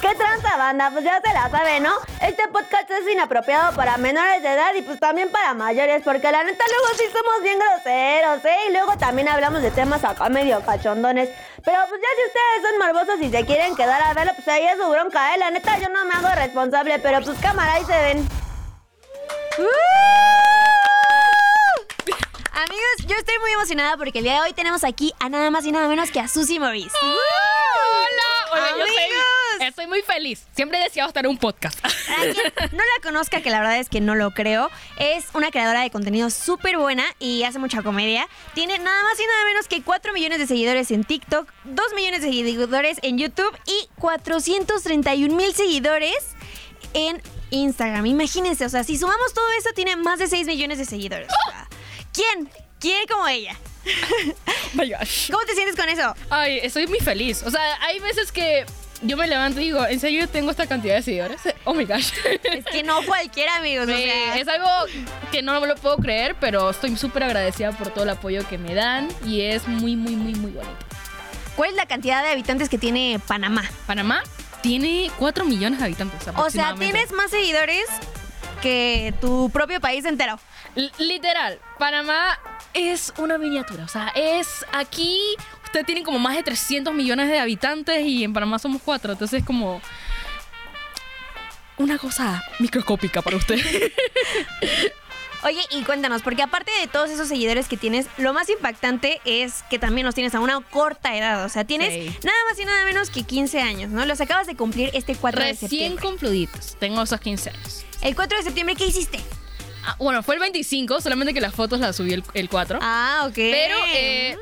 ¿Qué tranza, banda? Pues ya se la sabe, ¿no? Este podcast es inapropiado para menores de edad y pues también para mayores, porque la neta luego sí somos bien groseros, ¿eh? Y luego también hablamos de temas acá medio cachondones. Pero pues ya si ustedes son morbosos y se quieren quedar a verlo, pues ahí es su bronca, ¿eh? La neta yo no me hago responsable, pero pues cámara, ahí se ven. Amigos, yo estoy muy emocionada porque el día de hoy tenemos aquí a nada más y nada menos que a Susie Morris. ¡Hola! Hola, yo Amigos. soy, estoy muy feliz. Siempre he deseado estar en un podcast. Oh Para quien no la conozca, que la verdad es que no lo creo, es una creadora de contenido súper buena y hace mucha comedia. Tiene nada más y nada menos que 4 millones de seguidores en TikTok, 2 millones de seguidores en YouTube y 431 mil seguidores en Instagram. Imagínense, o sea, si sumamos todo esto, tiene más de 6 millones de seguidores. O sea, ¿Quién? ¿Quién como ella? My gosh. ¿Cómo te sientes con eso? Ay, estoy muy feliz. O sea, hay veces que yo me levanto y digo, ¿en serio yo tengo esta cantidad de seguidores? Oh my gosh. Es que no cualquiera, amigos. Pues, o Me- sea, es algo que no me lo puedo creer, pero estoy súper agradecida por todo el apoyo que me dan y es muy, muy, muy, muy bonito. ¿Cuál es la cantidad de habitantes que tiene Panamá? Panamá tiene 4 millones de habitantes O sea, aproximadamente. tienes más seguidores que tu propio país entero. L- literal, Panamá es una miniatura. O sea, es aquí. Ustedes tienen como más de 300 millones de habitantes y en Panamá somos cuatro. Entonces es como. Una cosa microscópica para ustedes. Oye, y cuéntanos, porque aparte de todos esos seguidores que tienes, lo más impactante es que también los tienes a una corta edad. O sea, tienes Sí. nada más y nada menos que 15 años, ¿no? Los acabas de cumplir este 4 de Recién septiembre. concluiditos. Tengo esos 15 años. El 4 de septiembre, ¿qué hiciste? Ah, bueno, fue el 25, solamente que las fotos las subí el, el 4. Ah, ok. Mm. Pero eh,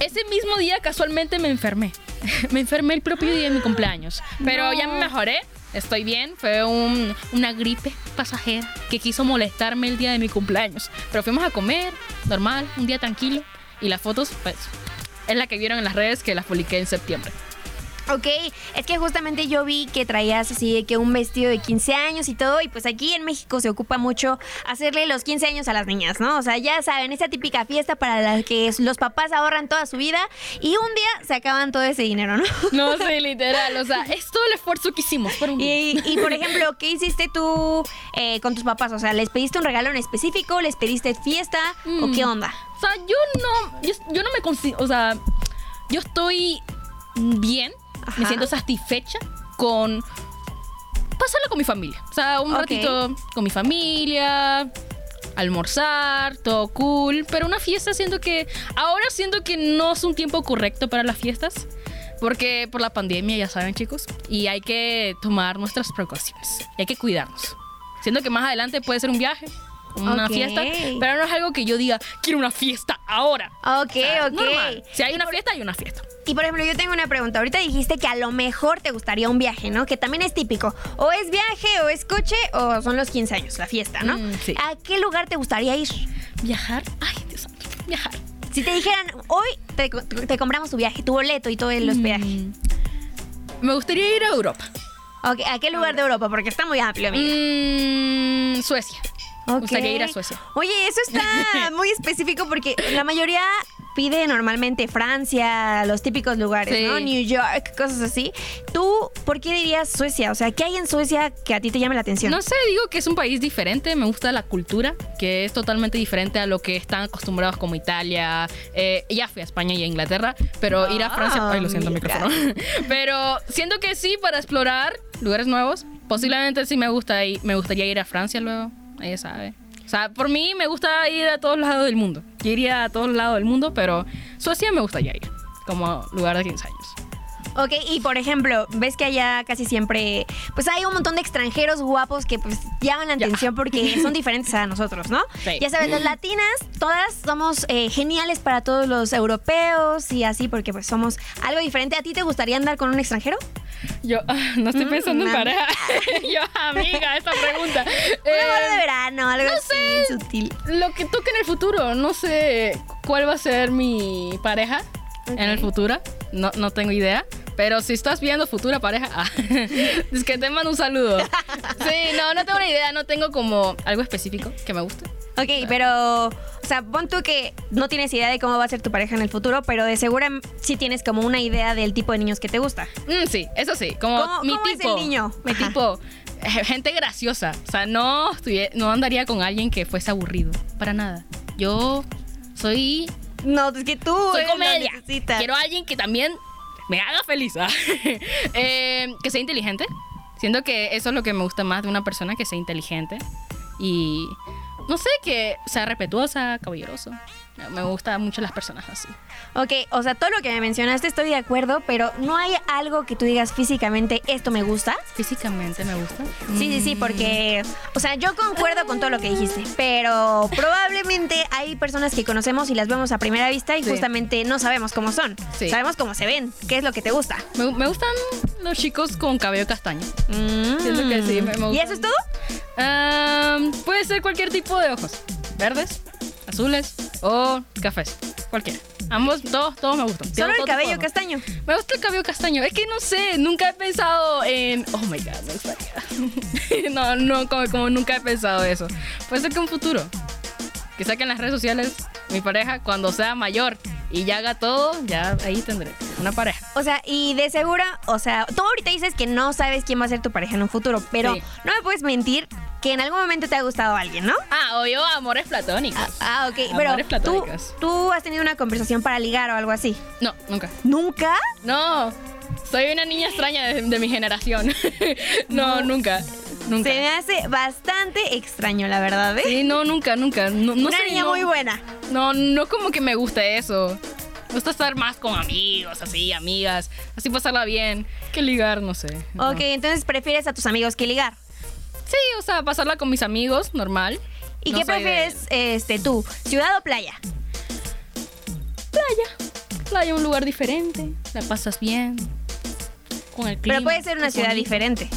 ese mismo día casualmente me enfermé. me enfermé el propio día de mi cumpleaños. Pero ya me mejoré. Estoy bien. Fue un- una gripe pasajera que quiso molestarme el día de mi cumpleaños. Pero fuimos a comer, normal, un día tranquilo. Y las fotos, pues, es la que vieron en las redes que las publiqué en septiembre. Ok, es que justamente yo vi que traías así de que un vestido de 15 años y todo, y pues aquí en México se ocupa mucho hacerle los 15 años a las niñas, ¿no? O sea, ya saben, esa típica fiesta para la que los papás ahorran toda su vida y un día se acaban todo ese dinero, ¿no? No sé, literal. O sea, es todo el esfuerzo que hicimos por un día. Y, y, por ejemplo, ¿qué hiciste tú eh, con tus papás? O sea, ¿les pediste un regalo en específico? ¿Les pediste fiesta? ¿O Mm. qué onda? O sea, yo no, yo, yo no me considero, o sea, yo estoy bien, Ajá. me siento satisfecha con pasarlo con mi familia. O sea, un Ok. ratito con mi familia, almorzar, todo cool, pero una fiesta siento que, ahora siento que no es un tiempo correcto para las fiestas. Porque por la pandemia, ya saben chicos, y hay que tomar nuestras precauciones, y hay que cuidarnos. Siento que más adelante puede ser un viaje, una Ok. fiesta, pero no es algo que yo diga, quiero una fiesta ahora. Ok, O sea, ok. normal. Si hay una fiesta, hay una fiesta. Y por ejemplo, yo tengo una pregunta. Ahorita dijiste que a lo mejor te gustaría un viaje, ¿no? Que también es típico. O es viaje, o es coche, o son los 15 años, la fiesta, ¿no? Mm, sí. ¿A qué lugar te gustaría ir? Viajar, ay, Dios santo, viajar. Si te dijeran, hoy te, co- te compramos tu viaje, tu boleto y todo el hospedaje. Mm. Me gustaría ir a Europa. Ok, ¿A qué lugar de Europa? Porque está muy amplio, amiga. Mm, Suecia. Ok. gustaría ir a Suecia. Oye, eso está muy específico porque la mayoría pide normalmente Francia, los típicos lugares, Sí. ¿no? New York, cosas así. ¿Tú por qué dirías Suecia? O sea, ¿qué hay en Suecia que a ti te llame la atención? No sé, digo que es un país diferente, me gusta la cultura, que es totalmente diferente a lo que están acostumbrados como Italia. Eh, ya fui a España y a Inglaterra, pero ir a Francia... Ay, lo siento, Ah, mira. micrófono. pero siento que sí, para explorar lugares nuevos, posiblemente sí me, gusta y me gustaría ir a Francia luego, ella sabe. O sea, por mí me gusta ir a todos lados del mundo. Yo iría a todos lados del mundo, pero Suecia me gustaría ir, como lugar de 15 años. Ok, y por ejemplo, ves que allá casi siempre, pues hay un montón de extranjeros guapos que pues llaman la Ya. atención porque son diferentes a nosotros, ¿no? Sí. Ya sabes, las latinas, todas somos eh, geniales para todos los europeos y así porque pues somos algo diferente. ¿A ti te gustaría andar con un extranjero? Yo ah, no estoy Mm, pensando en amiga. pareja. Yo, amiga, esta pregunta. Un amor de Eh, verano, algo así sutil. lo que toque en el futuro, no sé cuál va a ser mi pareja en el futuro. No, no tengo idea. Pero si estás viendo futura pareja, ah, es que te mando un saludo. Sí, no, no tengo una idea, no tengo como algo específico que me guste. Ok, pero, o sea, pon tú que no tienes idea de cómo va a ser tu pareja en el futuro, pero de segura sí tienes como una idea del tipo de niños que te gusta. Mm, sí, eso sí. Como ¿Cómo- mi cómo es el tipo. niño? Mi Ajá. tipo. eh, Gente graciosa. O sea, no, estuvie- no andaría con alguien que fuese aburrido. Para nada. Yo soy. No, es que tú Soy eres Pues, la comedia. necesitas. Quiero a alguien que también me haga feliz. ¿ah? Eh, que sea inteligente. Siento que eso es lo que me gusta más de una persona, que sea inteligente. Y. No sé, que sea respetuosa, caballeroso. Me gustan mucho las personas así. Ok, o sea, todo lo que me mencionaste estoy de acuerdo, pero no hay algo que tú digas físicamente esto me gusta. Físicamente me gusta. Sí, sí, sí, porque, o sea, yo concuerdo con todo lo que dijiste, pero probablemente hay personas que conocemos y las vemos a primera vista y Sí. justamente no sabemos cómo son. Sí. Sabemos cómo se ven, qué es lo que te gusta. Me, me gustan los chicos con cabello castaño. Siento Mm. que sí, me- me ¿Y gustan. eso es todo? Am, puede ser cualquier tipo de ojos. Verdes, azules o cafés. Cualquiera. Ambos, todos, todos me gustan. Tengo Solo el todo tipo de cabello ojos. castaño. Me gusta el cabello castaño. Es que no sé, nunca he pensado en... Oh my God, me gustaría. no, no, como, como nunca he pensado eso. Puede ser que un futuro. Que saquen las redes sociales mi pareja cuando sea mayor y ya haga todo, ya ahí tendré una pareja. O sea, y de segura, o sea, tú ahorita dices que no sabes quién va a ser tu pareja en un futuro, pero Sí. no me puedes mentir que en algún momento te ha gustado alguien, ¿no? Ah, obvio, amores platónicos. Ah, ok, Amores pero tú, platónicos. tú has tenido una conversación para ligar o algo así. No, nunca. ¿Nunca? No, soy una niña extraña de, de mi generación. no, nunca. Nunca. Se me hace bastante extraño, la verdad, ¿eh? Sí, no, nunca, nunca. No, no Una sé, niña no- muy buena. No, no como que me gusta eso. Me gusta estar más con amigos, así, amigas. Así pasarla bien. Que ligar, no sé. no. Ok, entonces prefieres a tus amigos que ligar. Sí, o sea, pasarla con mis amigos, normal. ¿Y No qué soy de- prefieres este, tú, ciudad o playa? Playa, un lugar diferente. La pasas bien. Con el clima. Pero puede ser una es ciudad bonito. diferente.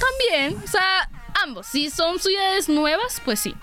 También, o sea, ambos. Si son ciudades nuevas, pues sí.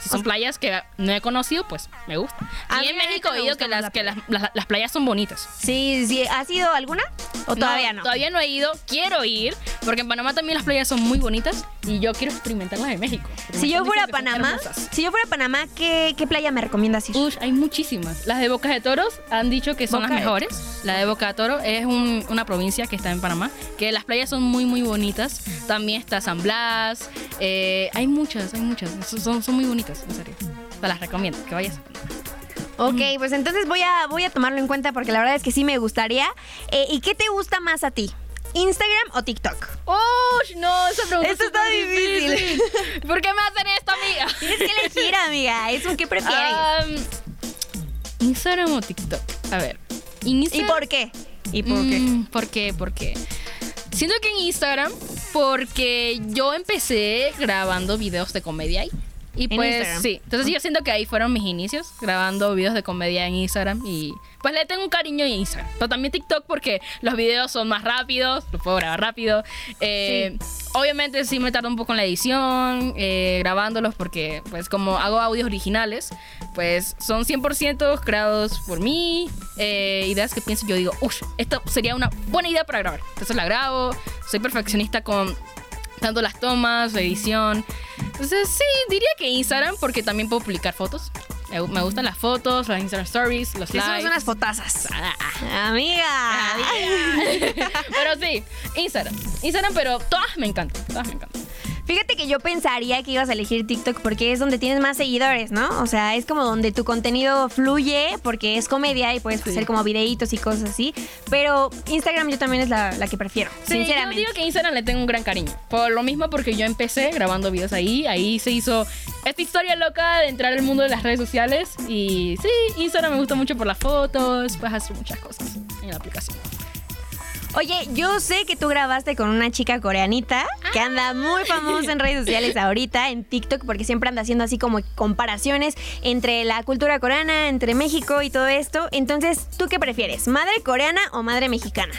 Si son playas que no he conocido, pues me gusta. A Y mí en la México neta me he oído gusta que, más las, la que las, las- las playas son bonitas. Sí, sí. ¿Has ido alguna? ¿O todavía no? Todavía no he ido, quiero ir, porque en Panamá también las playas son muy bonitas y yo quiero experimentar las de México. porque Si me yo están fuera a diciendo que son Panamá, hermosas. si yo fuera a Panamá, ¿qué, qué playa me recomiendas ir? Ush, hay muchísimas. Las de Boca de Toros han dicho que son Boca las de mejores. La de Boca de Toros es un- una provincia que está en Panamá, que las playas son muy, muy bonitas. También está San Blas. eh, hay muchas, hay muchas. Son, son- son muy bonitas, en serio. Te las recomiendo, que vayas. mm. Ok, pues entonces voy a, voy a tomarlo en cuenta porque la verdad es que sí me gustaría. Eh, ¿Y qué te gusta más a ti? ¿Instagram o TikTok? ¡Ush! No, esa pregunta Esto es está súper difícil. ¿Por qué me hacen esto, amiga? Tienes que elegir, amiga. Es un qué prefieres. Um, Instagram o TikTok. A ver. en ¿Y Instagram- por qué? ¿Y por qué? Mm, ¿Por qué? ¿Por qué? Siento que en Instagram, porque yo empecé grabando videos de comedia ahí. Y En pues Instagram. sí, entonces yo siento que ahí fueron mis inicios, grabando videos de comedia en Instagram y pues le tengo un cariño a Instagram. Pero también TikTok porque los videos son más rápidos, los puedo grabar rápido. Eh, Obviamente sí me tardo un poco en la edición, eh, grabándolos porque pues como hago audios originales, pues son 100% creados por mí, eh, ideas que pienso yo digo, uff, esto sería una buena idea para grabar. Entonces la grabo, soy perfeccionista con tanto las tomas, la edición. Entonces sí, diría que Instagram porque también puedo publicar fotos. Me, me gustan las fotos, las Instagram Stories, los Te subes likes. unas fotazas. Ah, ah, Amiga. ah, ah. pero sí, Instagram. Instagram, pero todas me encantan. Todas me encantan. Fíjate que yo pensaría que ibas a elegir TikTok porque es donde tienes más seguidores, ¿no? O sea, es como donde tu contenido fluye porque es comedia y puedes Sí. hacer como videitos y cosas así. Pero Instagram yo también es la, la que prefiero, Sí, sinceramente. Yo digo que Instagram le tengo un gran cariño. Por lo mismo, porque yo empecé grabando videos ahí. Ahí se hizo esta historia loca de entrar al mundo de las redes sociales. Y sí, Instagram me gusta mucho por las fotos. Puedes hacer muchas cosas en la aplicación. Oye, yo sé que tú grabaste con una chica coreanita que anda muy famosa en redes sociales ahorita, en TikTok, porque siempre anda haciendo así como comparaciones entre la cultura coreana, entre México y todo esto. Entonces, ¿tú qué prefieres? ¿Madre coreana o madre mexicana?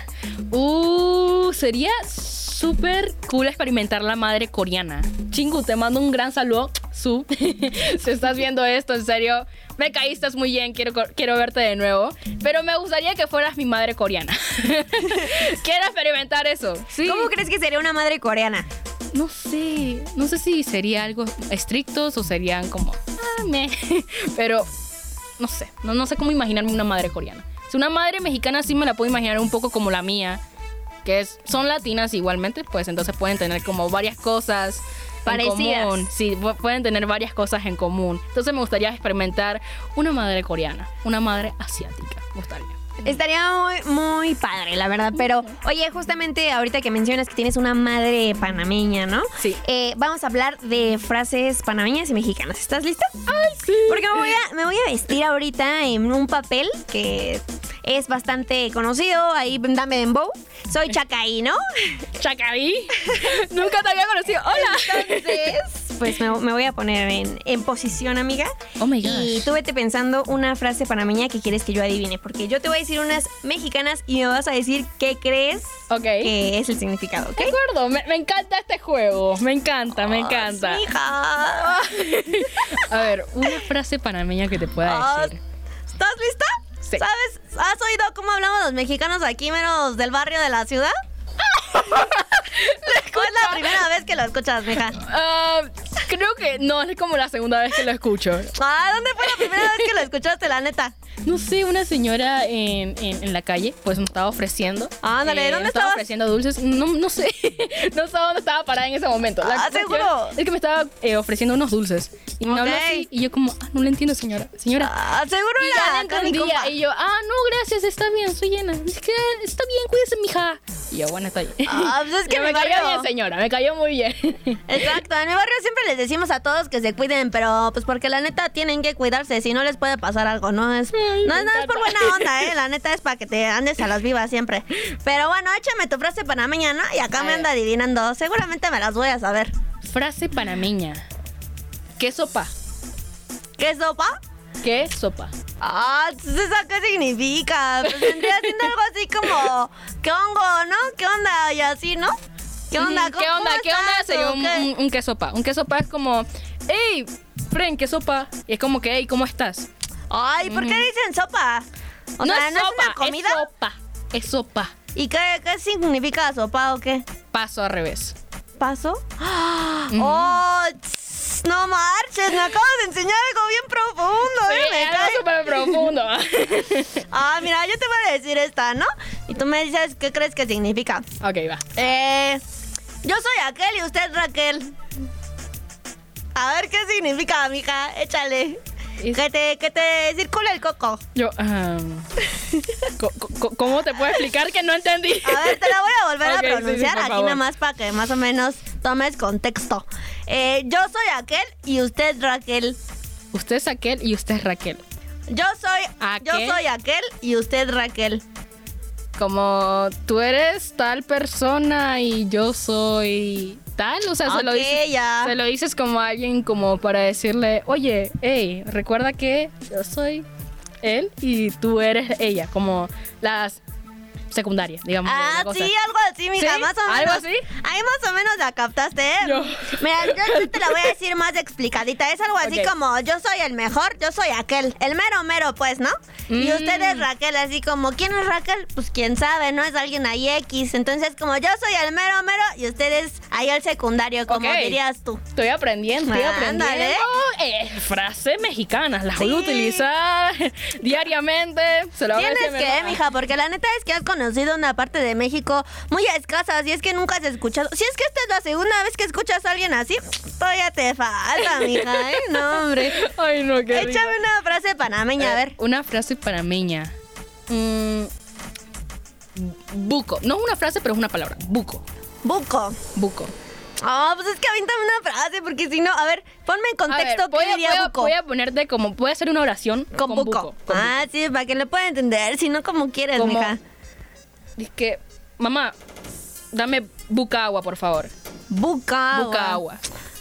Uh, sería súper cool experimentar la madre coreana. Chingu, te mando un gran saludo. Su, si estás viendo esto, en serio, me caíste muy bien, quiero, co- quiero verte de nuevo. Pero me gustaría que fueras mi madre coreana. quiero experimentar eso. Sí. ¿Cómo crees que sería una madre coreana? No sé, no sé si sería algo estrictos o serían como, ah, me. Pero no sé, no, no sé cómo imaginarme una madre coreana. Si una madre mexicana sí me la puedo imaginar un poco como la mía, que es, son latinas igualmente, pues entonces pueden tener como varias cosas Parecidas. en común. Sí, pu- pueden tener varias cosas en común. Entonces me gustaría experimentar una madre coreana, una madre asiática. Me gustaría. Estaría muy, muy padre, la verdad. Pero, oye, justamente ahorita que mencionas que tienes una madre panameña, ¿no? Sí. Eh, vamos a hablar de frases panameñas y mexicanas. ¿Estás lista? ¡Ay, sí. Porque me voy a, me voy a vestir ahorita en un papel que es bastante conocido. Ahí, dame dembow. Soy Chacaí, ¿no? Chacaí, nunca te había conocido. Hola. Entonces, pues me, me voy a poner en, en posición, amiga. Oh my Y gosh. tú vete pensando una frase panameña que quieres que yo adivine. Porque yo te voy a decir unas mexicanas y me vas a decir qué crees Ok. que es el significado, ¿ok? De acuerdo, me, me encanta este juego. Me encanta, me encanta. Ay, hija. A ver, una frase panameña que te pueda Ah, decir. ¿Estás lista? Sí. ¿Sabes? ¿Has oído cómo hablamos los mexicanos aquí menos del barrio de la ciudad? ¿O es la primera vez que lo escuchas, mija? Ah, creo que no, es como la segunda vez que lo escucho. Ah, ¿dónde fue la primera vez que lo escuchaste, la neta? No sé, una señora en, en- en la calle, pues me estaba ofreciendo. Ándale, ¿dónde me estaba estabas? ofreciendo dulces. No, no sé, no sé dónde estaba parada en ese momento. Ah, cuestión ¿seguro? Es que me estaba eh, ofreciendo unos dulces. Y me habló Ok. así, y yo como, ah, no le entiendo, señora. Señora. Ah, seguro Y ya era la con mi compa. entendía. Y yo, ah, no, gracias, está bien, soy llena. Es que está bien, cuídese, mija. Y yo, bueno, está bien. Ah, pues es que Ya mi me cayó barrio- bien, señora, me cayó muy bien. Exacto, en mi barrio siempre les decimos a todos que se cuiden, pero pues porque la neta tienen que cuidarse, si no les puede pasar algo, no es, Ay, no, me es- no es por encanta. buena onda, eh, la neta es para que te andes a las vivas siempre. Pero bueno, échame tu frase para mañana y acá A me ver. anda adivinando, seguramente me las voy a saber. Frase panameña. ¿Qué sopa? ¿Qué sopa? ¿Qué sopa? Ah, entonces, ¿eso qué significa? Pues vendría siendo algo así como, ¿qué hongo, no? ¿Qué onda? Y así, ¿no? ¿Qué onda? Mm, ¿Qué ¿Cómo- onda? cómo ¿Qué onda? estás? Sería ¿O un, qué? un, un qué sopa. Un qué sopa es como, hey, Fren, ¿qué sopa? Y es como que, hey, ¿cómo estás? Ay, ¿por qué dicen sopa? O sea, ¿no es una comida? es sopa. Es sopa. ¿Y qué, qué significa sopa o qué? Paso al revés. ¿Paso? ¡Ah! ¡Oh! tss, No marches, me acabas de enseñar algo bien profundo, ¿eh? Sí, Me algo cae. súper profundo. Ah, mira, yo te voy a decir esta, ¿no? Y tú me dices qué crees que significa. ok, va. Eh, yo soy aquel y usted es Raquel. A ver qué significa, mija. Échale. Es- Que te, que te circula el coco. Yo, ah, co- co- co- ¿cómo te puedo explicar que no entendí? A ver, te la voy a volver Ok, sí, a sí, pronunciar por aquí favor. nada más para que más o menos tomes contexto. Eh, yo soy aquel y usted Raquel. Usted es aquel y usted es Raquel. Yo soy yo ¿Aquel? soy aquel y usted Raquel. Como tú eres tal persona y yo soy tal, o sea, se lo Ok, dices. ya. Se lo dices como a alguien como para decirle, oye, hey, recuerda que yo soy él y tú eres ella, como las secundarias, digamos. Ah, la cosa. sí, algo así, mija, ¿Sí? más o menos. ¿Algo así? Ahí más o menos la captaste, ¿eh? Yo. Mira, yo sí te la voy a decir más explicadita. Es algo así Ok. como, yo soy el mejor, yo soy aquel. El mero mero, pues, ¿no? Y Mm. usted es Raquel, así como, ¿quién es Raquel? Pues quién sabe, ¿no? Es alguien ahí X. Entonces, como yo soy el mero mero y usted es ahí el secundario, como Ok. dirías tú. Estoy aprendiendo, estoy aprendiendo. Ándale. eh, frases mexicanas, las voy a Sí. utilizar diariamente. Se lo voy a Tienes decir a mi que, hermana. mija, porque la neta es que has conocido una parte de México muy escasa, si es que nunca has escuchado. Si es que esta es la segunda vez que escuchas a alguien así, todavía te falta, mija, ¿eh? No, hombre. Ay, no, qué risa. Échame una frase panameña, a ver. Una frase panameña. Mm, buco. No es una frase, pero es una palabra. Buco. Buco. Buco. Ah, pues es que avíntame una frase, porque si no, a ver, ponme en A ver, contexto voy qué a- voy diría a, buco. Voy a ponerte como, voy a hacer una oración con, Con buco. con ah, sí, para que lo pueda entender, si no, como quieres, Como- mija. Dice que, mamá, dame buca agua, por favor. Buca. Buca agua.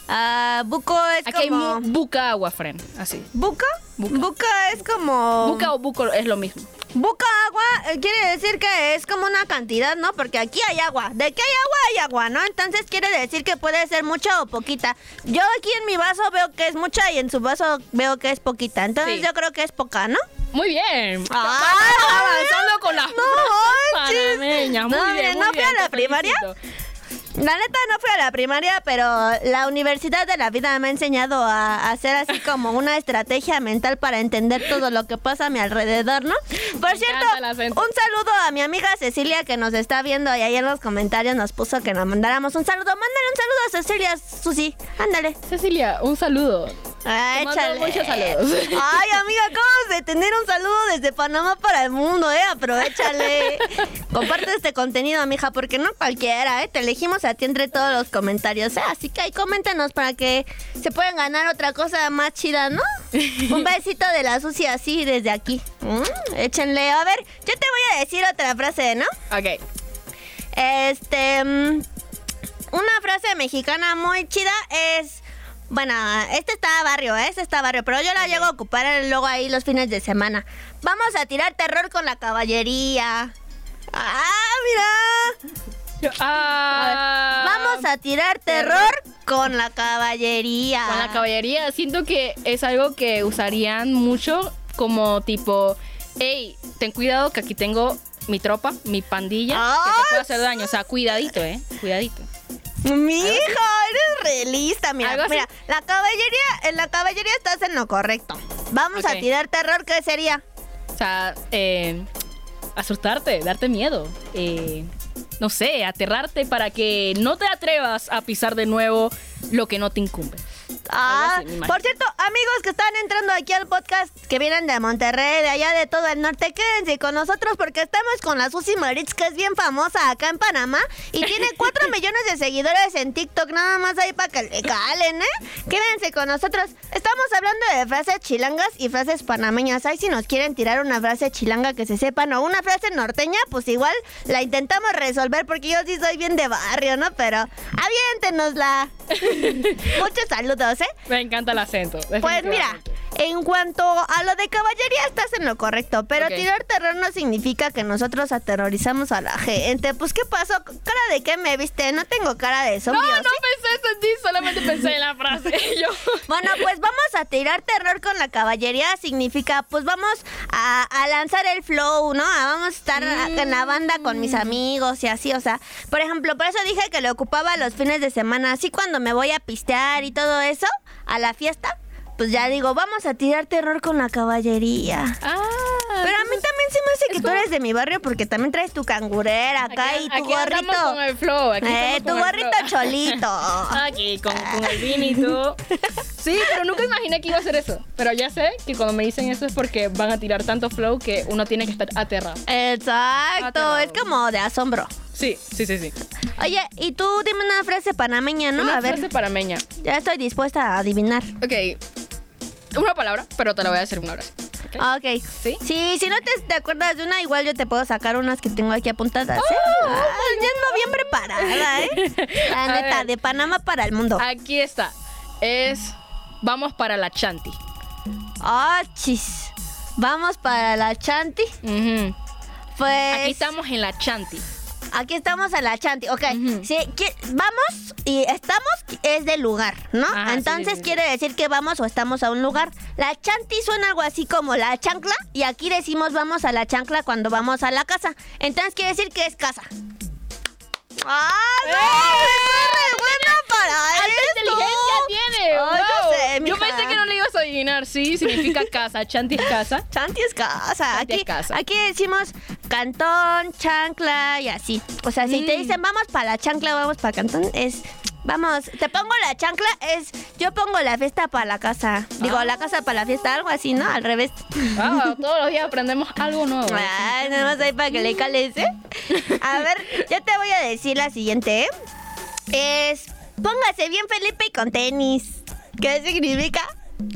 Ah, buco es Aquí hay como. mu- buca agua, Fren. Así. ¿Buca? Buca. Buca es como. Buca o buco es lo mismo. Buca agua eh, quiere decir que es como una cantidad, ¿no? Porque aquí hay agua. De que hay agua, hay agua, ¿no? Entonces quiere decir que puede ser mucha o poquita. Yo aquí en mi vaso veo que es mucha y en su vaso veo que es poquita. Entonces Sí. yo creo que es poca, ¿no? Muy bien. Ah, Vamos avanzando con las no frases manches. panameñas. Muy No, bien, mira, muy ¿no fui bien, a la te primaria? felicito. La neta no fui a la primaria, pero la universidad de la vida me ha enseñado a hacer así como una estrategia mental para entender todo lo que pasa a mi alrededor, ¿no? Por cierto, encanta un el acento. saludo a mi amiga Cecilia que nos está viendo y ahí en los comentarios nos puso que nos mandáramos un saludo. Mándale un saludo a Cecilia, Susi. Ándale. Cecilia, un saludo. Ah, Te mando échale. muchos saludos. Ay, amiga, acabas de tener un saludo desde Panamá para el mundo, ¿eh? Aprovechale. Comparte este contenido, amiga, porque no cualquiera, ¿eh? Te elegimos a ti entre todos los comentarios, ¿eh? Así que ahí coméntanos para que se puedan ganar otra cosa más chida, ¿no? Un besito de la sucia así desde aquí. Mm, échenle. A ver, yo te voy a decir otra frase, ¿no? Ok. Este. mm, Una frase mexicana muy chida es. Bueno, este está a barrio, ¿eh? este está a barrio, pero yo la llego a ocupar luego ahí los fines de semana. Vamos a tirar terror con la caballería. ¡Ah, mira! Ah, Vamos a tirar terror con la caballería. Con la caballería, siento que es algo que usarían mucho como tipo, hey, ten cuidado que aquí tengo mi tropa, mi pandilla, que Ah, te puede hacer daño. O sea, cuidadito, eh, cuidadito. Mijo, eres realista, mira, Algo así. mira, la caballería, en la caballería estás en lo correcto. Vamos Ok. a tirar terror, ¿qué sería? O sea, eh, asustarte, darte miedo, eh, no sé, aterrarte para que no te atrevas a pisar de nuevo lo que no te incumbe. Ah, Algo así, me imagino. por cierto, amigos que están entrando aquí al podcast, que vienen de Monterrey, de allá de todo el norte, quédense con nosotros porque estamos con la Susi Moritz, que es bien famosa acá en Panamá y tiene 4 millones de seguidores en TikTok, nada más ahí para que le calen, ¿eh? Quédense con nosotros. Estamos hablando de frases chilangas y frases panameñas. Ahí si nos quieren tirar una frase chilanga que se sepan o una frase norteña, pues igual la intentamos resolver porque yo sí soy bien de barrio, ¿no? Pero aviéntenosla. Muchos saludos, ¿eh? Me encanta el acento. Pues mira, definitivamente. en cuanto a lo de caballería estás en lo correcto, pero Ok. tirar terror no significa que nosotros aterrorizamos a la gente. Pues ¿qué pasó? ¿Cara de qué me viste? No tengo cara de No, zombie. no ¿o sí? pensé eso en ti, solamente pensé en la frase. Y yo. Bueno, pues vamos a tirar terror con la caballería. Significa, pues vamos a, a lanzar el flow, ¿no? A- vamos a estar a- en la banda con Mm. mis amigos y así, o sea. Por ejemplo, por eso dije que lo ocupaba los fines de semana. Así cuando me voy a pistear y todo eso, a la fiesta, pues ya digo, vamos a tirar terror con la caballería. Ah, Pero a mí también se me hace que tú eres de mi barrio porque también traes tu cangurera acá aquí, y tu aquí andamos gorrito. con el flow, aquí Eh, estamos tu con el gorrito flow. cholito. Aquí, con, con el vinito. Sí, pero nunca imaginé que iba a hacer eso. Pero ya sé que cuando me dicen eso es porque van a tirar tanto flow que uno tiene que estar aterrado. Exacto, Aterrado. es como de asombro. Sí, sí, sí, sí. Oye, y tú dime una frase panameña, ¿no? Una a ver, frase panameña. ya estoy dispuesta a adivinar. Ok. Una palabra, pero te la voy a decir una frase. Ok. Ah, Ok. ¿Sí? Sí, si no te, te acuerdas de una, igual yo te puedo sacar unas que tengo aquí apuntadas. ¿eh? Ah, ya ando bien preparada, ¿eh? La Oh, A neta, ver. Ah. de Panamá para el mundo. Aquí está. Es. Vamos para la chanti. Ah, chis. Vamos para la chanti. Ujú. Pues. Aquí estamos en la chanti. Aquí estamos en la chanti, ok. Ujú. Sí, qui- vamos y estamos es del lugar, ¿no? Ajá, Ah, sí, Entonces sí, sí, sí. quiere decir que vamos o estamos a un lugar. La chanti suena algo así como la chancla y aquí decimos vamos a la chancla cuando vamos a la casa. Entonces quiere decir que es casa. ¡Ah, no! ¡Eres buena para ¡Eh! ¡Alta esto! inteligencia tiene! Ay, yo wow. sé, mija. pensé que no le ibas a adivinar. Sí, significa casa. Chanti es casa. Chanti es casa. Chanti Aquí, es casa. aquí decimos cantón, chancla y así. O sea, si te Mm. dicen vamos para la chancla, vamos para cantón, es vamos, te pongo la chancla, es yo pongo la fiesta para la casa. Digo, la casa para la fiesta, algo así, ¿no? Al revés. Wow, todos los días aprendemos algo nuevo. Ay, nada más ahí para que le cales, ¿eh? A ver, yo te voy a decir la siguiente, ¿eh? Es póngase bien Felipe y con tenis. ¿Qué significa?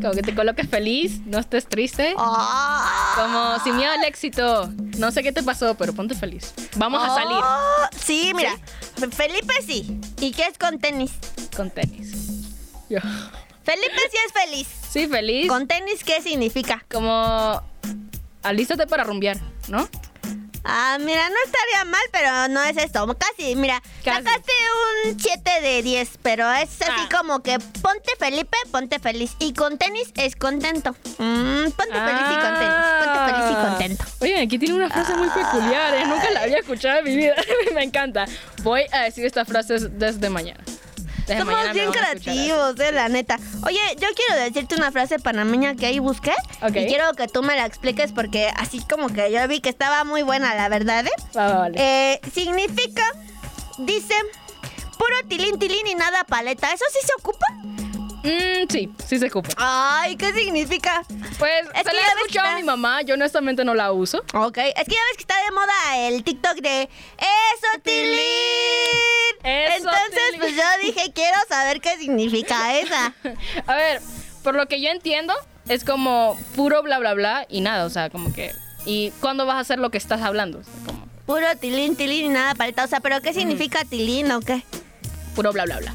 Como que te coloques feliz, no estés triste. ¡Ah! Como sin miedo al éxito. No sé qué te pasó, pero ponte feliz. Vamos a salir Oh, Sí, mira. Felipe sí. ¿Y qué es con tenis? con tenis. Yo. Felipe sí es feliz. Sí, feliz. ¿Con tenis qué significa? Como alístate para rumbear, ¿no? Ah, mira, no estaría mal, pero no es esto. Casi, mira, Casi. sacaste un 7 de 10, pero es así Ah. como que ponte Felipe, ponte feliz. Y con tenis es contento. Mm, ponte feliz y con tenis, ponte feliz Ah. y contento. Oigan, aquí tiene una frase muy peculiar, ¿eh? Nunca la había escuchado en mi vida. Me encanta. Voy a decir estas frases desde mañana. Desde Eh, mañana Somos me bien van a escuchar creativos, eh, la neta. Oye, yo quiero decirte una frase panameña que ahí busqué. Ok. Y quiero que tú me la expliques porque así como que yo vi que estaba muy buena, la verdad, ¿eh? así. Va, va, vale. Eh, significa, dice, puro tilín tilín y nada paleta. ¿Eso sí se ocupa? Eh. Mm, sí, sí se ocupa. Ay, ¿qué significa? Pues que se ya la ves he que escuchado a está- mi mamá. Yo honestamente no la uso. Ok, es que ya ves que está de moda el TikTok de ¡Eso, Tilín! Eso, Entonces, Tilín. pues yo dije, quiero saber qué significa esa. A ver, por lo que yo entiendo, es como puro bla, bla, bla y nada. O sea, como que... ¿Y cuándo vas a hacer lo que estás hablando? O sea, como Puro tilín, tilín y nada paleta. O sea, ¿pero qué significa tilín o qué? puro bla, bla, bla.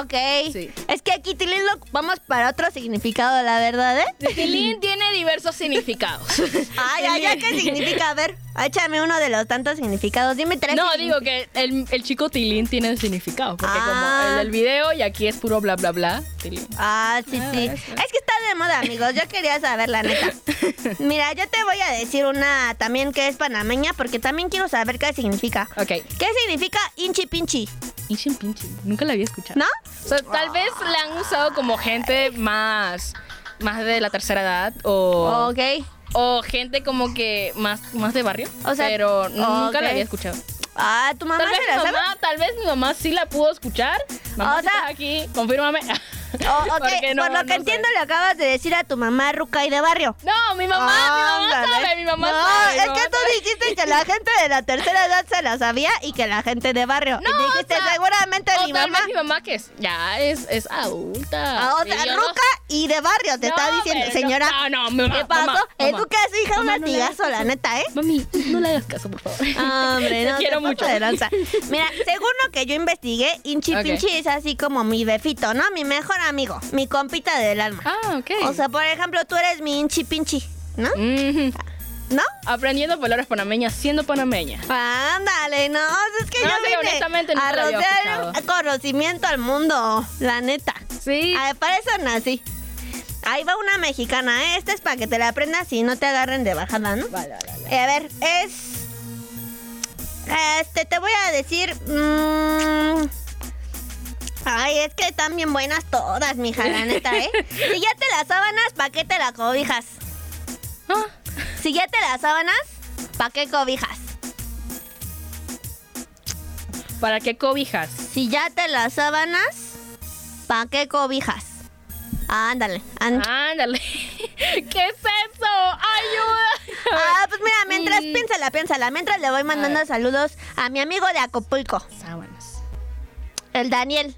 Ok. Sí. Es que aquí tilín lo ocupamos para otro significado, la verdad, ¿eh? Tilín tiene diversos significados. Ay, ay, ay, ¿qué significa? A ver, échame uno de los tantos significados. Dime tres. No, significados. digo que el, el chico Tilín tiene el significado, porque Ah. como el del video y aquí es puro bla bla bla. Tilín. Ah, sí, Ah, sí. Es eso. que está de moda, amigos. Yo quería saber la neta. Mira, yo te voy a decir una también que es panameña porque también quiero saber qué significa. Ok. ¿Qué significa inchi pinchi? Inchin pinche, nunca la había escuchado. ¿No? O sea, tal vez la han usado como gente más, más de la tercera edad o, Ok. o gente como que más, más de barrio. O sea, pero n- nunca ok. la había escuchado. Ah, tu mamá Tal vez, se mi la sabe. mamá, tal vez mi mamá sí la pudo escuchar. Mamá, O si sea- estás aquí, confírmame. Oh, ok, Porque no- por lo que no sé. entiendo le acabas de decir a tu mamá ruca y de barrio. No, mi mamá, mi mamá Ándale. sabe, mi mamá no, sabe. mi es mamá que tú sabe. dijiste que la gente de la tercera edad se la sabía y que la gente de barrio. No, y dijiste, o sea, seguramente O mi tal mamá. vez mi mamá que es, ya es, es adulta. Ah, o Y sea, yo no- ruca y de barrio, te No, está diciendo, pero no- señora. No, no, mi mamá. ¿Qué pasó? mamá, Eh, mamá. tú que has hija un Mamá, no le hagas latigazo, la neta, ¿eh? Mami, no le hagas caso, por favor. Ah, Hombre, Te no, quiero te pasas mucho. de lanza. Mira, según lo que yo investigué, Inchi Ok. Pinchi es así como mi befito, ¿no? Mi mejor amigo, mi compita del alma. Ah, ok. O sea, por ejemplo, tú eres mi Inchi Pinchi, ¿no? Mhm. ¿No? Aprendiendo palabras panameñas, siendo panameña. Ándale, no, es que No, yo sí, vine honestamente, a nunca lo había rodear escuchado. conocimiento al mundo, la neta. Sí. Ah, para eso nací. Ahí va una mexicana, ¿eh? Esta es para que te la aprendas y no te agarren de bajada, ¿no? Vale, vale, vale. Eh, a ver, es. Este, te voy a decir. mm, Ay, es que están bien buenas todas, mija, la neta, ¿eh? Si ya te las sábanas, ¿pa' qué te las cobijas? Ah, Si ya te las sábanas, ¿pa' qué cobijas? ¿Para qué cobijas? Si ya te las sábanas, ¿pa' qué cobijas? Ándale, ándale. Ah. Ándale. ¿Qué es eso? ¡Ayuda! Ah, pues mira, mientras Mm. piénsala, piénsala. Mientras le voy mandando saludos a mi amigo de Acapulco, Sábanas. el Daniel.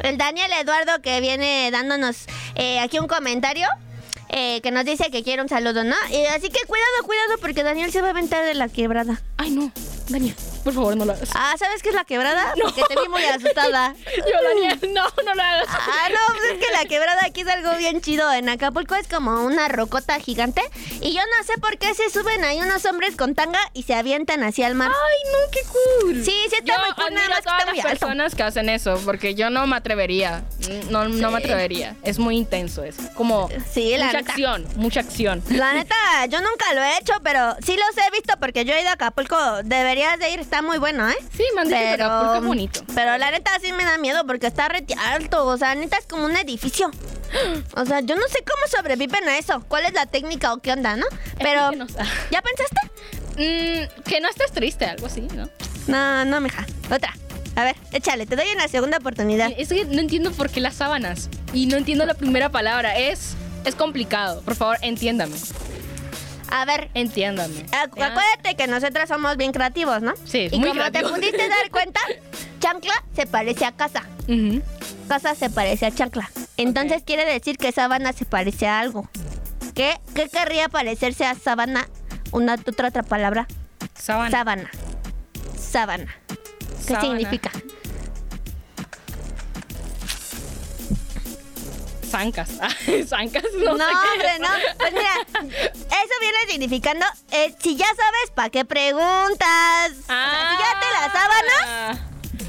El Daniel Eduardo que viene dándonos eh, aquí un comentario eh, que nos dice que quiere un saludo, ¿no? Y así que cuidado, cuidado, porque Daniel se va a aventar de la quebrada. Ay, no. Daniel, por favor, no lo hagas. Ah, ¿sabes qué es la quebrada? Porque te vi muy asustada. Yo, Daniel, no, no lo hagas. Ah, no, pues es que la quebrada aquí es algo bien chido. En Acapulco es como una rocota gigante. Y yo no sé por qué se suben ahí unos hombres con tanga y se avientan hacia el mar. Ay, no, qué cool. Sí, sí está Ah, yo muy cool, nada más admiro que a todas está muy las alto. personas que hacen eso, porque yo no me atrevería. No, no me atrevería. Es muy intenso, es como Sí, la mucha neta. acción, mucha acción. La neta, yo nunca lo he hecho, pero sí los he visto porque yo he ido a Acapulco. Deberías de ir, está muy bueno, ¿eh? Sí, me han dicho que Acapulco es bonito. Pero la neta sí me da miedo porque está re alto. O sea, neta es como un edificio. O sea, yo no sé cómo sobreviven a eso. ¿Cuál es la técnica o qué onda, no? Pero. Explíquenos. Ah. ¿Ya pensaste? Mm, que no estés triste, algo así, ¿no? No, no, mija. Otra. A ver, échale, te doy una segunda oportunidad. Es que no entiendo por qué las sábanas. Y no entiendo la primera palabra. Es, es complicado. Por favor, entiéndame. A ver, Entiéndame. acu- Ya. acuérdate que nosotras somos bien creativos, ¿no? Sí, Y muy como te creativos. pudiste dar cuenta, chancla se parece a casa. Ujú. Casa se parece a chancla. Entonces quiere decir que sábana se parece a algo. ¿Qué, qué querría parecerse a sábana? Una otra, otra palabra. Sábana. Sábana. Sábana. ¿Qué Sábana. significa? zancas. zancas, no, No, sé qué hombre, es. no. Pues mira, eso viene significando, eh, si ya sabes, ¿para qué preguntas? O sea, si ya te Ah. la sábanas,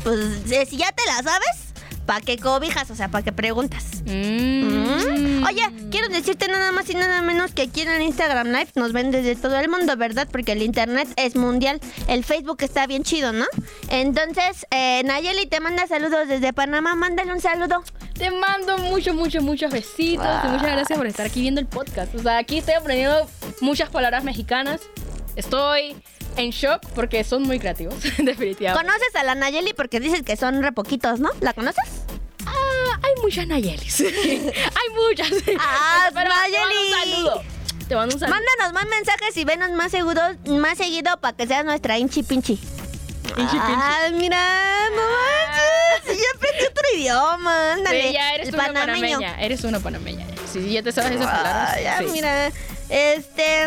pues eh, si ya te la sabes, ¿para qué cobijas? O sea, ¿para qué preguntas? Mm. Oye, quiero decirte nada más y nada menos que aquí en el Instagram Live nos ven desde todo el mundo, ¿verdad? Porque el Internet es mundial. El Facebook está bien chido, ¿no? Entonces, eh, Nayeli te manda saludos desde Panamá. Mándale un saludo. Te mando muchos, muchos, muchos besitos y muchas gracias por estar aquí viendo el podcast. O sea, aquí estoy aprendiendo muchas palabras mexicanas. Estoy en shock porque son muy creativos, definitivamente. ¿Conoces a la Nayeli? Porque dices que son re poquitos, ¿no? ¿La conoces? Ah, hay muchas Nayelis. hay muchas. Ah, Pero Nayeli. Te mando un saludo. Te mando un saludo. Mándanos más mensajes y venos más seguidos, más seguido para que seas nuestra inchi pinchi. Pinchi, pinchi. Ah, mira, no manches. Ya aprendí otro idioma, ándale. Sí, ya eres Ah, el una panameño. panameña. Eres una panameña. Sí, sí, ya te sabes esas palabras. Ah, ya, sí. mira. Este.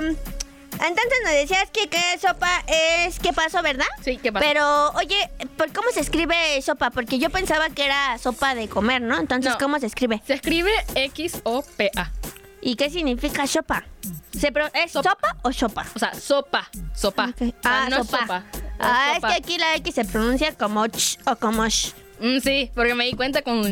Entonces nos decías que qué sopa es qué pasó, ¿verdad? Sí, ¿qué pasó? Pero, oye, ¿por cómo se escribe sopa? Porque yo pensaba que era sopa de comer, ¿no? Entonces, No. ¿cómo se escribe? Se escribe X-O-P-A. ¿Y qué significa sopa? ¿Se pro- ¿Es Sopa. sopa o sopa? O sea, sopa. Sopa. Ok. O sea, Ah, no es sopa. sopa. no es Ah, es sopa. que aquí la X se pronuncia como ch o como sh. Mm, sí, porque me di cuenta con.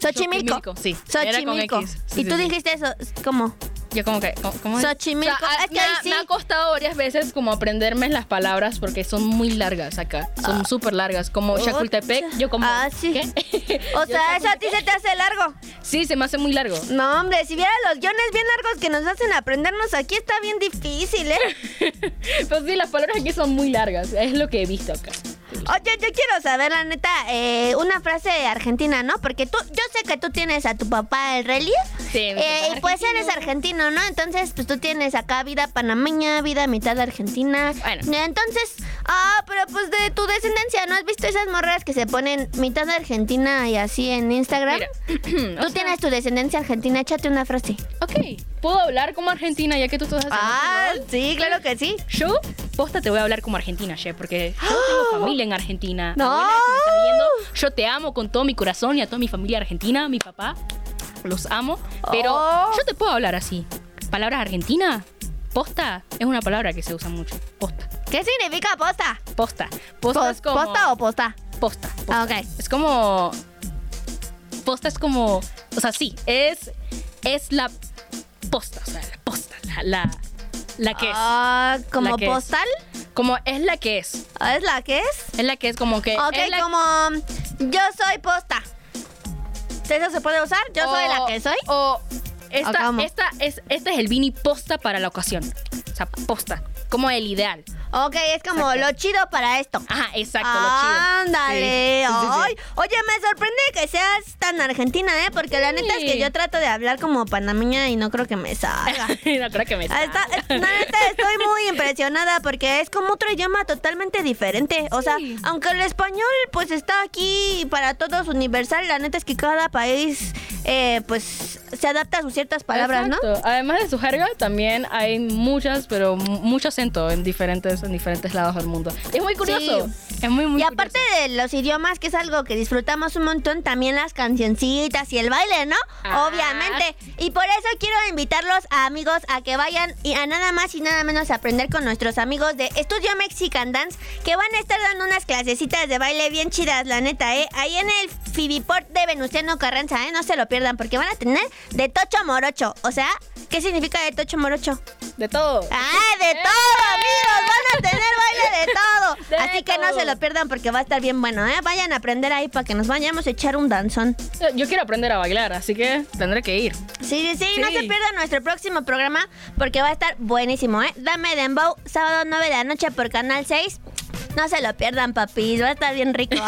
Xochimilco. Xochimilco, sí. Era con Xochimilco. X. Sí, y sí, tú sí. dijiste eso, ¿cómo? Yo como que. ¿cómo- ¿Cómo es? Xochimilco. O sea, ah, Es que me, ahí ha, sí. me ha costado varias veces como aprenderme las palabras porque son muy largas acá. Son súper largas. Como Ah. Ocha. Chapultepec, yo como. Ah, sí. ¿qué? O Yo sea, eso a ti se te hace largo. Sí, se me hace muy largo. No, hombre, si vieras los guiones bien largos que nos hacen aprendernos aquí, está bien difícil, ¿eh? Pero sí, las palabras aquí son muy largas. Es lo que he visto acá. Oye, yo quiero saber, la neta, eh, una frase argentina, ¿no? Porque tú, yo sé que tú tienes a tu papá el rally. Sí, mi eh, papá y pues argentino. eres argentino, ¿no? Entonces, pues tú tienes acá vida panameña, vida mitad argentina. Bueno. Entonces, ah, pero pues de tu descendencia, ¿no has visto esas morras que se ponen mitad argentina y así en Instagram? Mira, Tú tienes tu descendencia argentina, échate una frase. ok, puedo hablar como argentina ya que tú estás haciendo Ah, fútbol? sí, claro que sí. Yo, posta, te voy a hablar como argentina, Che, porque yo tengo familia en Argentina. ¡Ah! No. Abuela, si me estás viendo, yo te amo con todo mi corazón y a toda mi familia argentina, mi papá, los amo. Pero Oh. yo te puedo hablar así. Palabras argentinas, posta, es una palabra que se usa mucho. Posta, ¿Qué significa posta? posta. Posta Pos- es como... ¿Posta o posta? Posta. posta. Ah, ok. Es como... Posta es como... O sea, sí, es, es la posta, o sea, la posta, la, la, la que es. Ah, ¿Como La que es. postal? Como es la que es. Ah, ¿Es la que es? Es la que es como que. Ok, Eh, es la- como mm, yo soy posta. ¿Eso se puede usar? ¿Yo soy la o- que soy? O esta, ¿cómo? esta es, este es el vini posta para la ocasión. O sea, posta. Como el ideal. Ok, es como Oh. Exacto. lo chido para esto. Ajá, exacto, lo chido. Ándale. Sí. Sí, sí, sí. Ay, Oye, me sorprende que seas tan argentina, ¿eh? Porque la neta es que Sí. yo trato de hablar como panameña y no creo que me salga. no creo que me Ah, está- salga. es- la neta, estoy muy impresionada porque es como otro idioma totalmente diferente. O sea, Sí. aunque el español pues está aquí para todos universal, la neta es que cada país eh, pues se adapta a sus ciertas palabras, ¿no? Exacto. Además de su jerga, también hay muchas, pero mu- mucho acento en diferentes, en diferentes lados del mundo. Es muy curioso. Es muy, muy Y aparte curioso. de los idiomas, que es algo que disfrutamos un montón, también las cancioncitas y el baile, ¿no? Ah. Obviamente. Y por eso quiero invitarlos a amigos a que vayan y a nada más y nada menos aprender con nuestros amigos de Estudio Mexican Dance, que van a estar dando unas clasecitas de baile bien chidas, la neta, ¿eh? Ahí en el Fibiport de Venustiano Carranza, ¿eh? No se lo pierdan, porque van a tener de tocho a morocho. O sea, ¿qué significa de tocho a morocho? De todo. ¡Ah, de todo, amigos! Van a tener baile de todo. Eh. De Así que no todo. se lo pierdan porque va a estar bien bueno, ¿eh? Vayan a aprender ahí para que nos vayamos a echar un danzón. Yo quiero aprender a bailar, así que tendré que ir. Sí, sí, sí, no Sí. se pierdan nuestro próximo programa porque va a estar buenísimo, ¿eh? Dame Dembow, sábado 9 de la noche por Canal 6. No se lo pierdan, papis, va a estar bien rico.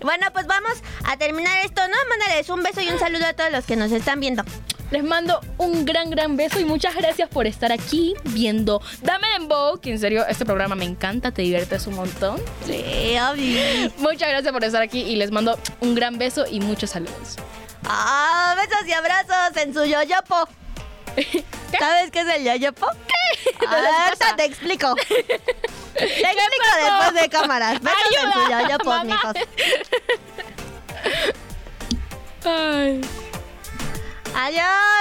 Bueno, pues vamos a terminar esto, ¿no? Mándales un beso y un saludo a todos los que nos están viendo. Les mando un gran, gran beso y muchas gracias por estar aquí viendo Dame Dembow, que en serio este programa me encanta, te diviertes un montón. Sí, obvio. Muchas gracias por estar aquí y les mando un gran beso y muchos saludos. Ah, besos y abrazos en su yoyopo. ¿Sabes qué es el yoyopo? ¿Qué? Ahorita te explico. Te explico pasó? después de cámaras. Besos en su Ayuda, yoyopo, mamá. amigos. Ay. Adiós.